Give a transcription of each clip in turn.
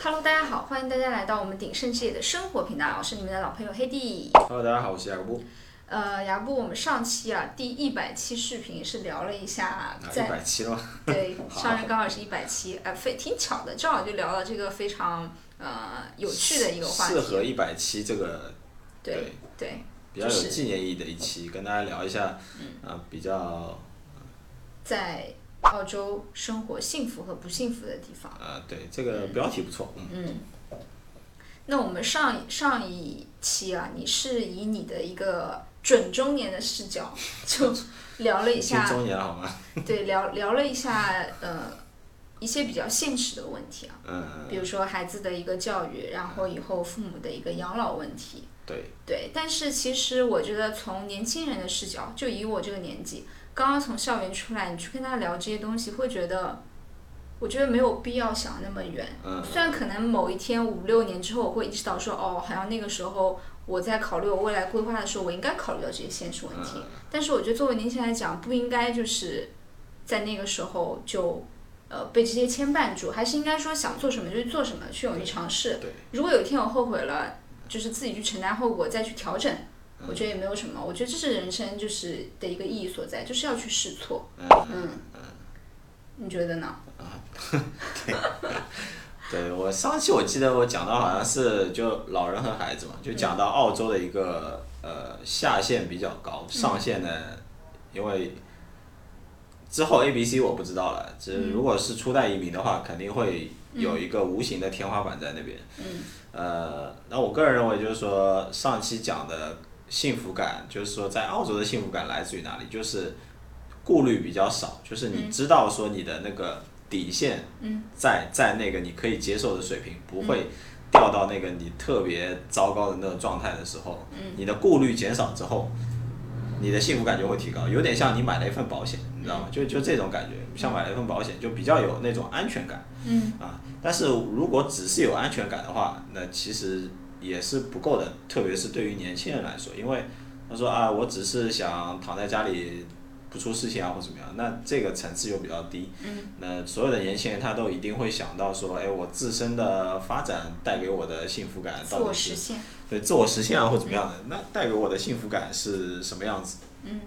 Hello，大家好，欢迎大家来到我们鼎盛之野的生活频道，我是你们的老朋友黑弟。 Hello，大家好，我是雅各布。呃，雅布，我们上期啊第一百期视频是聊了一下啊，一在百期了吗？对 好上任刚好是一百期，呃，非挺巧的，正好就聊了这个非常呃有趣的一个话适合题。一百期这个对对，比较就有是嗯纪念意义的一期，跟大家聊一下啊、比较在澳洲生活幸福和不幸福的地方。啊、对这个标题不错，嗯，嗯，那我们上一上一期啊，你是以你的一个准中年的视角，就聊了一已经下，中年了好吗？对，聊聊了一下呃一些比较现实的问题啊，嗯，比如说孩子的一个教育，然后以后父母的一个养老问题。对，对，但是其实我觉得从年轻人的视角，就以我这个年纪，刚刚从校园出来，你去跟他聊这些东西，会觉得，我觉得没有必要想那么远。嗯，虽然可能某一天五六年之后，我会意识到说，哦，好像那个时候我在考虑我未来规划的时候，我应该考虑到这些现实问题。但是我觉得作为年轻人来讲，不应该就是在那个时候就呃被这些牵绊住，还是应该说想做什么就去做什么，去勇于尝试。对，如果有一天我后悔了，就是自己去承担后果，再去调整。我觉得也没有什么，我觉得这是人生就是的一个意义所在，就是要去试错。嗯嗯，你觉得呢？对我上期我记得我讲到好像是就老人和孩子嘛，就讲到澳洲的一个、呃下限比较高，上限呢，因为之后 A、B、C 我不知道了，只如果是初代移民的话，肯定会有一个无形的天花板在那边。嗯。呃，那我个人认为就是说上期讲的幸福感，就是说在澳洲的幸福感来自于哪里，就是顾虑比较少，就是你知道说你的那个底线。在在那个你可以接受的水平，不会掉到那个你特别糟糕的那种状态的时候，你的顾虑减少之后，你的幸福感就会提高，有点像你买了一份保险，你知道吗？就就这种感觉，像买了一份保险，就比较有那种安全感嗯啊。但是如果只是有安全感的话，那其实也是不够的，特别是对于年轻人来说，因为他说啊，我只是想躺在家里不出事情啊，或怎么样，那这个层次又比较低。那所有的年轻人他都一定会想到说，哎，我自身的发展带给我的幸福感自到我底实是现。对自我实现啊，或怎么样的，那带给我的幸福感是什么样子？嗯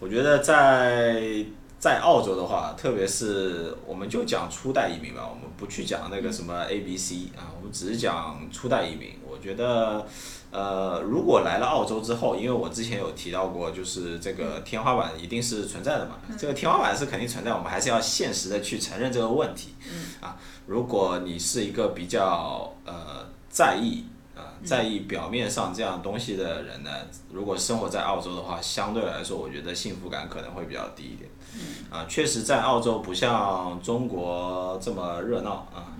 我觉得在在澳洲的话，特别是我们就讲初代移民吧，我们不去讲那个什么 A、B、C 啊，我们只是讲初代移民。我觉得，呃，如果来了澳洲之后，因为我之前有提到过，就是这个天花板一定是存在的嘛，这个天花板是肯定存在，我们还是要现实的去承认这个问题。啊，如果你是一个比较呃在意啊、在意表面上这样东西的人呢，如果生活在澳洲的话，相对来说，我觉得幸福感可能会比较低一点。啊，确实在澳洲不像中国这么热闹啊。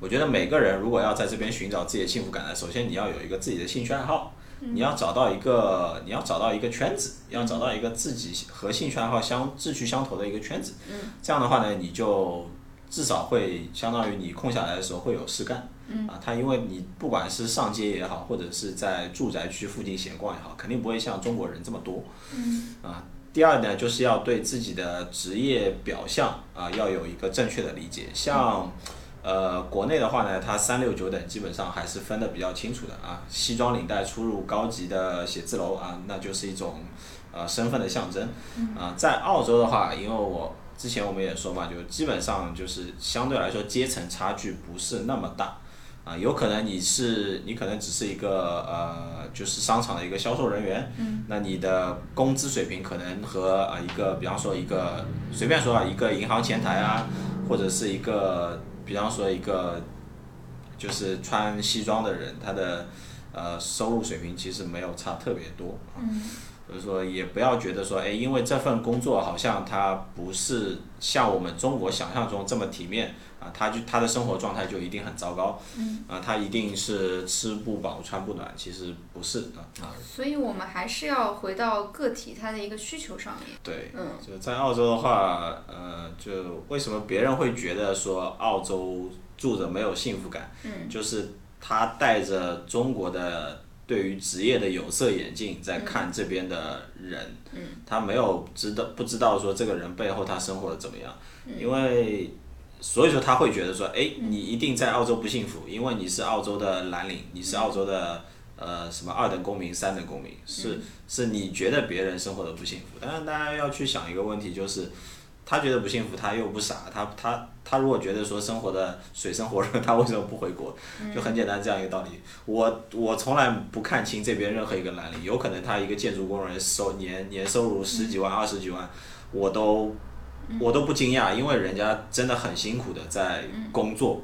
我觉得每个人如果要在这边寻找自己的幸福感呢，首先你要有一个自己的兴趣爱好，你要找到一个你要找到一个圈子，要找到一个自己和兴趣爱好相志趣相投的一个圈子。这样的话呢，你就至少会相当于你空下来的时候会有事干。啊，它因为你不管是上街也好，或者是在住宅区附近闲逛也好，肯定不会像中国人这么多。啊，第二呢，就是要对自己的职业表象啊，要有一个正确的理解。像呃，国内的话呢，它三六九等基本上还是分的比较清楚的啊。西装领带出入高级的写字楼啊，那就是一种呃身份的象征啊。在澳洲的话，因为我之前我们也说嘛，就基本上就是相对来说阶层差距不是那么大。啊，有可能你是你可能只是一个呃，就是商场的一个销售人员，嗯，那你的工资水平可能和啊、呃、一个，比方说一个随便说啊，一个银行前台啊，或者是一个比方说一个就是穿西装的人，他的呃收入水平其实没有差特别多，啊嗯所以说也不要觉得说，哎，因为这份工作好像它不是像我们中国想象中这么体面啊，他就他的生活状态就一定很糟糕，嗯，啊，他一定是吃不饱穿不暖，其实不是啊啊，所以我们还是要回到个体他的一个需求上面。对，嗯就在澳洲的话，呃，就为什么别人会觉得说澳洲住着没有幸福感？嗯就是他带着中国的对于职业的有色眼镜在看这边的人，嗯嗯他没有知道不知道说这个人背后他生活的怎么样，因为所以说他会觉得说，哎，你一定在澳洲不幸福，因为你是澳洲的蓝领，你是嗯澳洲的呃什么二等公民、三等公民，是是你觉得别人生活的不幸福。但是大家要去想一个问题，就是他觉得不幸福，他又不傻，他他他如果觉得说生活的水深火热，他为什么不回国？就很简单这样一个道理。我我从来不看清这边任何一个蓝领，有可能他一个建筑工人收年年收入十几万、二十几万，我都我都不惊讶，因为人家真的很辛苦的在工作，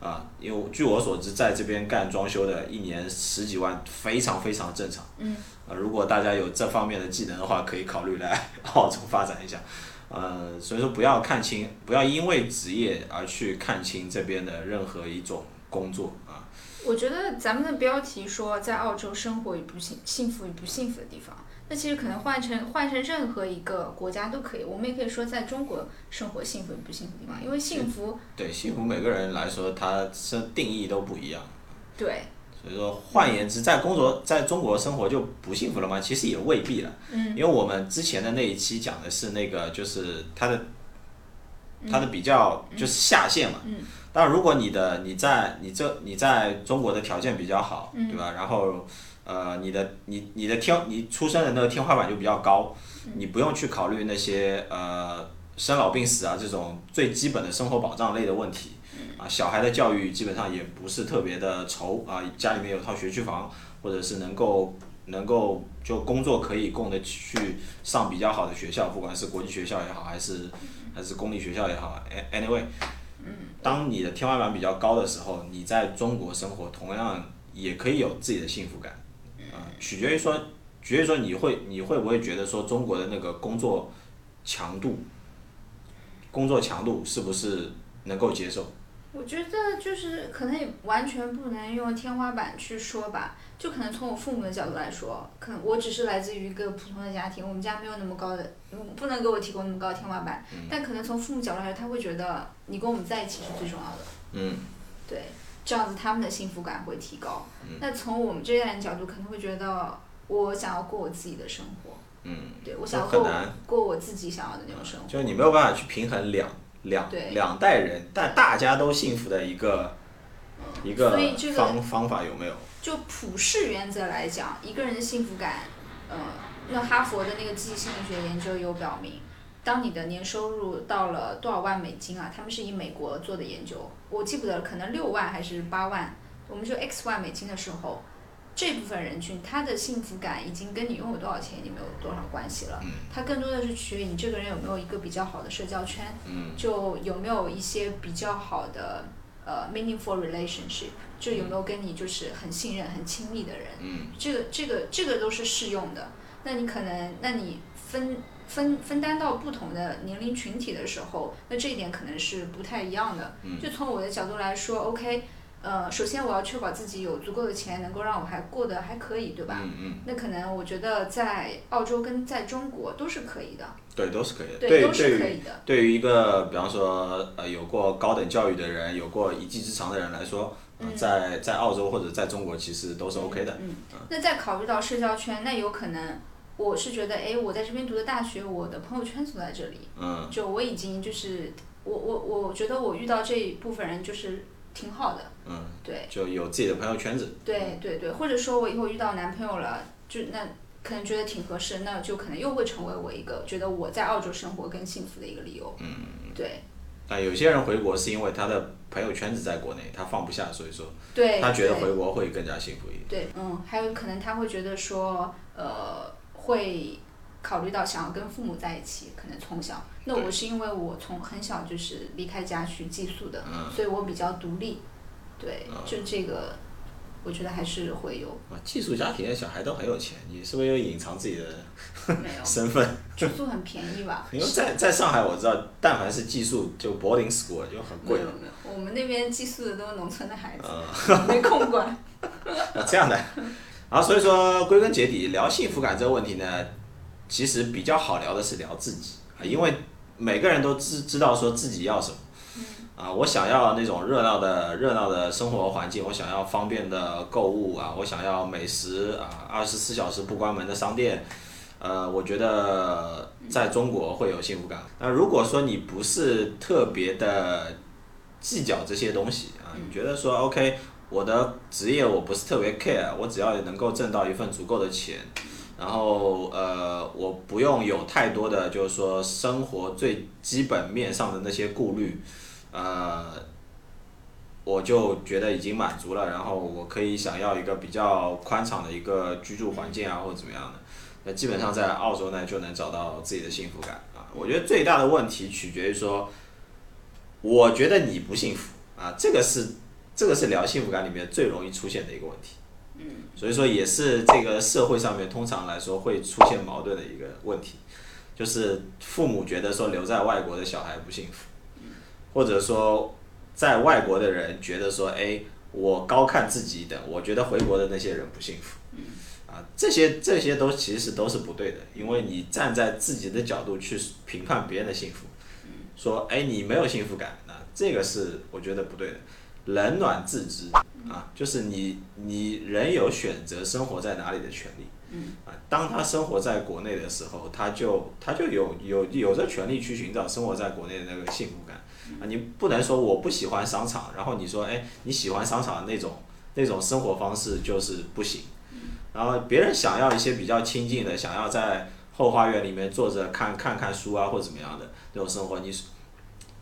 啊，因为据我所知，在这边干装修的，一年十几万非常非常正常。嗯。啊，如果大家有这方面的技能的话，可以考虑来 澳洲发展一下。呃，所以说不要看清，不要因为职业而去看清这边的任何一种工作啊。我觉得咱们的标题说在澳洲生活与不幸幸福与不幸福的地方，那其实可能换成换成任何一个国家都可以。我们也可以说在中国生活幸福与不幸福的地方，因为幸福对幸福每个人来说，它是定义都不一样。对，所以说，换言之，在工作在中国生活就不幸福了吗？其实也未必了。嗯，因为我们之前的那一期讲的是那个，就是它的它的比较就是下限嘛。嗯。但如果你的你在你这你在中国的条件比较好，嗯对吧？然后呃，你的你你的天你出生的那个天花板就比较高，嗯你不用去考虑那些呃生老病死啊这种最基本的生活保障类的问题。啊，小孩的教育基本上也不是特别的愁啊，家里面有套学区房，或者是能够能够就工作可以供的去上比较好的学校，不管是国际学校也好，还是还是公立学校也好，a-，anyway，当你的天花板比较高的时候，你在中国生活同样也可以有自己的幸福感，啊、取决于说，取决于说你会你会不会觉得说中国的那个工作强度，工作强度是不是能够接受？我觉得就是可能也完全不能用天花板去说吧，就可能从我父母的角度来说，可能我只是来自于一个普通的家庭，我们家没有那么高的，嗯不能给我提供那么高的天花板。嗯但可能从父母角度来说，他会觉得你跟我们在一起是最重要的，嗯。对，这样子他们的幸福感会提高。嗯那从我们这代人角度，可能会觉得我想要过我自己的生活，嗯，对我想要很过难过我自己想要的那种生活。就是你没有办法去平衡两两对两代人，但大家都幸福的一个一个所以这个方方法有没有？就普世原则来讲，一个人的幸福感，呃，那哈佛的那个经济心理学研究有表明，当你的年收入到了多少万美金啊，他们是以美国做的研究，我记不得了，可能六万还是八万，我们就 X 万美金的时候，这部分人群他的幸福感已经跟你拥有多少钱已经没有多少关系了，他更多的是取决于你这个人有没有一个比较好的社交圈，嗯就有没有一些比较好的呃 meaningful relationship，就有没有跟你就是很信任、很亲密的人，嗯这个这个这个都是适用的。那你可能，那你分分分担到不同的年龄群体的时候，那这一点可能是不太一样的。嗯就从我的角度来说，OK，呃，首先我要确保自己有足够的钱，能够让我还过得还可以，对吧？嗯嗯，那可能我觉得在澳洲跟在中国都是可以的，对，都是可以的。都对是可于以的。对于一个比方说呃有过高等教育的人，有过一技之长的人来说，呃在在澳洲或者在中国其实都是 OK 的。嗯，那再考虑到社交圈，那有可能我是觉得，哎，我在这边读的大学，我的朋友圈所在这里，嗯就我已经就是我我我觉得我遇到这一部分人就是挺好的，嗯，对就有自己的朋友圈子。对对对，或者说我以后遇到男朋友了，就那可能觉得挺合适，那就可能又会成为我一个觉得我在澳洲生活更幸福的一个理由。嗯，对但有些人回国是因为他的朋友圈子在国内，他放不下，所以说对，他觉得对回国会更加幸福一点。对，嗯，还有可能他会觉得说，呃，会考虑到想要跟父母在一起，可能从小。那我对是因为我从很小就是离开家去寄宿的，嗯所以我比较独立。对，嗯就这个，我觉得还是会 有啊，寄宿家庭的小孩都很有钱，你是不是有隐藏自己的没有身份？住宿很便宜吧？因为在在上海，我知道，但凡是寄宿就 boarding school 就很没贵有了。没有，我们那边寄宿的都是农村的孩子，嗯，没空 管。啊，这样的。然后所以说，归根结底，聊幸福感这个问题呢，其实比较好聊的是聊自己啊，因为每个人都知知道说自己要什么。啊，我想要那种热闹的热闹的生活环境，我想要方便的购物啊，我想要美食啊，二十四小时不关门的商店。呃，我觉得在中国会有幸福感。那如果说你不是特别的计较这些东西啊。你觉得说 OK，我的职业我不是特别 care，我只要能够挣到一份足够的钱，然后呃，我不用有太多的就是说生活最基本面上的那些顾虑，呃，我就觉得已经满足了。然后我可以想要一个比较宽敞的一个居住环境啊，或者怎么样的。那基本上在澳洲呢就能找到自己的幸福感啊。我觉得最大的问题取决于说，啊我觉得你不幸福啊，这个是这个是聊幸福感里面最容易出现的一个问题。嗯，所以说也是这个社会上面通常来说会出现矛盾的一个问题，就是父母觉得说留在外国的小孩不幸福，或者说在外国的人觉得说，哎，我高看自己一等，我觉得回国的那些人不幸福。啊，这些这些都其实都是不对的，因为你站在自己的角度去评判别人的幸福，说哎你没有幸福感，那这个是我觉得不对的。冷暖自知啊，就是你你人有选择生活在哪里的权利。嗯啊，当他生活在国内的时候，他就他就有有有着权利去寻找生活在国内的那个幸福感啊！你不能说我不喜欢商场，然后你说哎你喜欢商场的那种那种生活方式就是不行。然后别人想要一些比较亲近的，想要在后花园里面坐着看看看书啊，或者怎么样的那种生活，你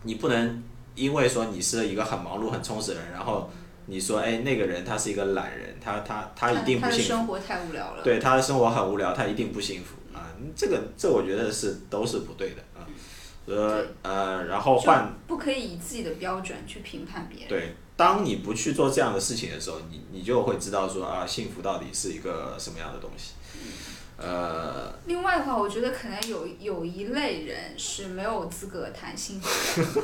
你不能因为说你是一个很忙碌、很充实的人，然后你说哎那个人他是一个懒人，他他他一定他不的幸福。生活太无聊了。对他的生活很无聊，他一定不幸福啊！这个这我觉得是都是不对的啊。呃呃，然后换就不可以以自己的标准去评判别人。对，当你不去做这样的事情的时候，你你就会知道说啊，幸福到底是一个什么样的东西。呃，另外的话，我觉得可能有有一类人是没有资格谈幸福的，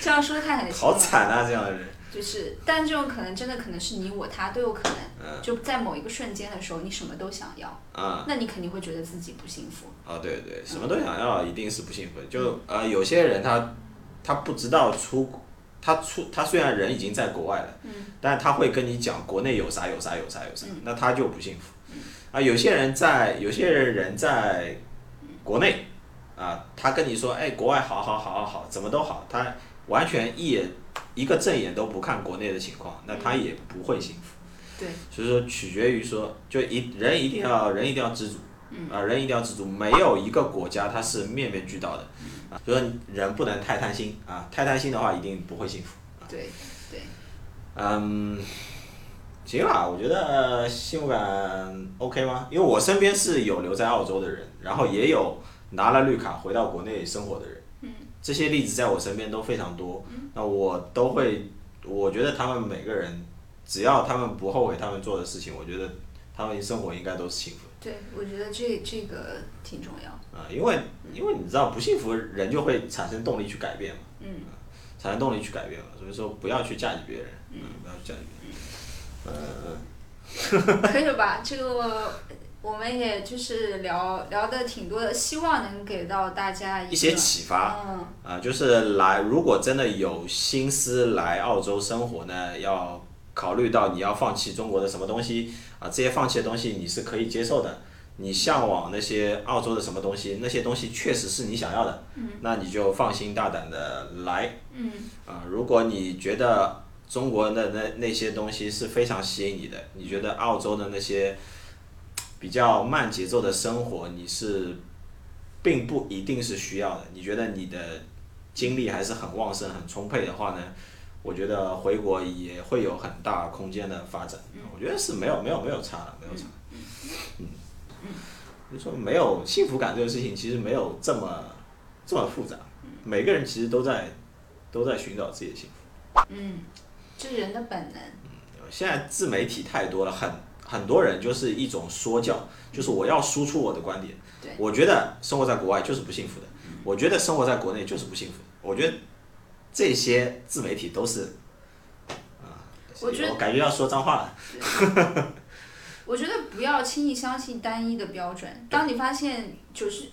这样说太狠心了。好惨啊，这样的人。就是，但这种可能真的可能是你我他都有可能，嗯就在某一个瞬间的时候，你什么都想要，啊那你肯定会觉得自己不幸福。啊，对对，什么都想要，一定是不幸福的。就呃，有些人他他不知道出。他出他虽然人已经在国外了，但他会跟你讲国内有啥有啥有啥有啥，那他就不幸福。啊，有些人在，有些人在国内，啊，他跟你说，哎，国外好好好好好，怎么都好，他完全一眼一个正眼都不看国内的情况，那他也不会幸福。对，所以说取决于说，就一人一定要人一定要知足，啊，人一定要知足，没有一个国家它是面面俱到的，啊，所以说人不能太贪心啊，太贪心的话一定不会幸福。对对，嗯，行啦，我觉得幸福感 OK 吗？因为我身边是有留在澳洲的人，然后也有拿了绿卡回到国内生活的人，嗯，这些例子在我身边都非常多。那我都会，我觉得他们每个人，只要他们不后悔他们做的事情，我觉得他们生活应该都是幸福对， 我觉得这这个挺重要。 的啊、因为因为你知道不幸福人就会产生动力去改变嘛，啊嗯，产生动力去改变嘛，所以说不要去驾驭别人，嗯，不要去驾驭别人，呃。可以吧？这个我们也就是聊聊的挺多的，希望能给到大家一一些启发嗯，啊，就是来，如果真的有心思来澳洲生活呢，要考虑到你要放弃中国的什么东西啊，这些放弃的东西你是可以接受的，你向往那些澳洲的什么东西，那些东西确实是你想要的，那你就放心大胆的来，嗯，啊，如果你觉得中国的那那些东西是非常吸引你的，你觉得澳洲的那些比较慢节奏的生活，你是并不一定是需要的。你觉得你的精力还是很旺盛、很充沛的话呢，我觉得回国也会有很大空间的发展。我觉得是没有没有没有差的，没有差的。嗯，就说没有幸福感这个事情，其实没有这么这么复杂。每个人其实都在都在寻找自己的幸福。这是人的本能。现在自媒体太多了，很很多人就是一种说教，就是我要输出我的观点。对嗯我觉得生活在国外就是不幸福的，我觉得生活在国内就是不幸福的。我觉得这些自媒体都是，啊、我觉得感觉要说脏话了。我觉得不要轻易相信单一的标准。当你发现九十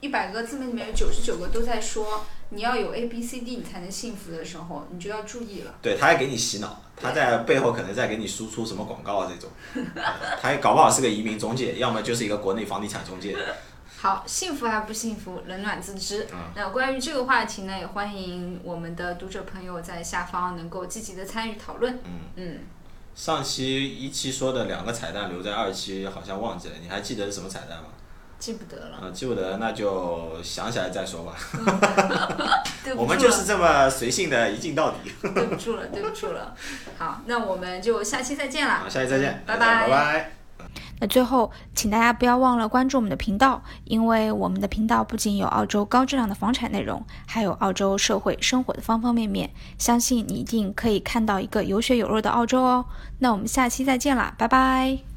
一百个字面里面有九十九个都在说你要有 A B C D 你才能幸福的时候，你就要注意了。对，他还给你洗脑，他在背后可能在给你输出什 么广告啊这种，呃他也搞不好是个移民中介，要么就是一个国内房地产中介，好，幸福还不幸福，冷暖自知。嗯那关于这个话题呢，也欢迎我们的读者朋友在下方能够积极的参与讨论。嗯上期一期说的两个彩蛋留在二期好像忘记了，你还记得是什么彩蛋吗？记不得了，啊，记不得，那就想起来再说吧。对我不们住就了，是这么随性的，一镜到底。对不住了，对不住了。好，那我们就下期再见啦好，。啊下期再见，拜拜拜拜。那最后，请大家不要忘了关注我们的频道，因为我们的频道不仅有澳洲高质量的房产内容，还有澳洲社会生活的方方面面。相信你一定可以看到一个有血有肉的澳洲哦。那我们下期再见啦，拜拜。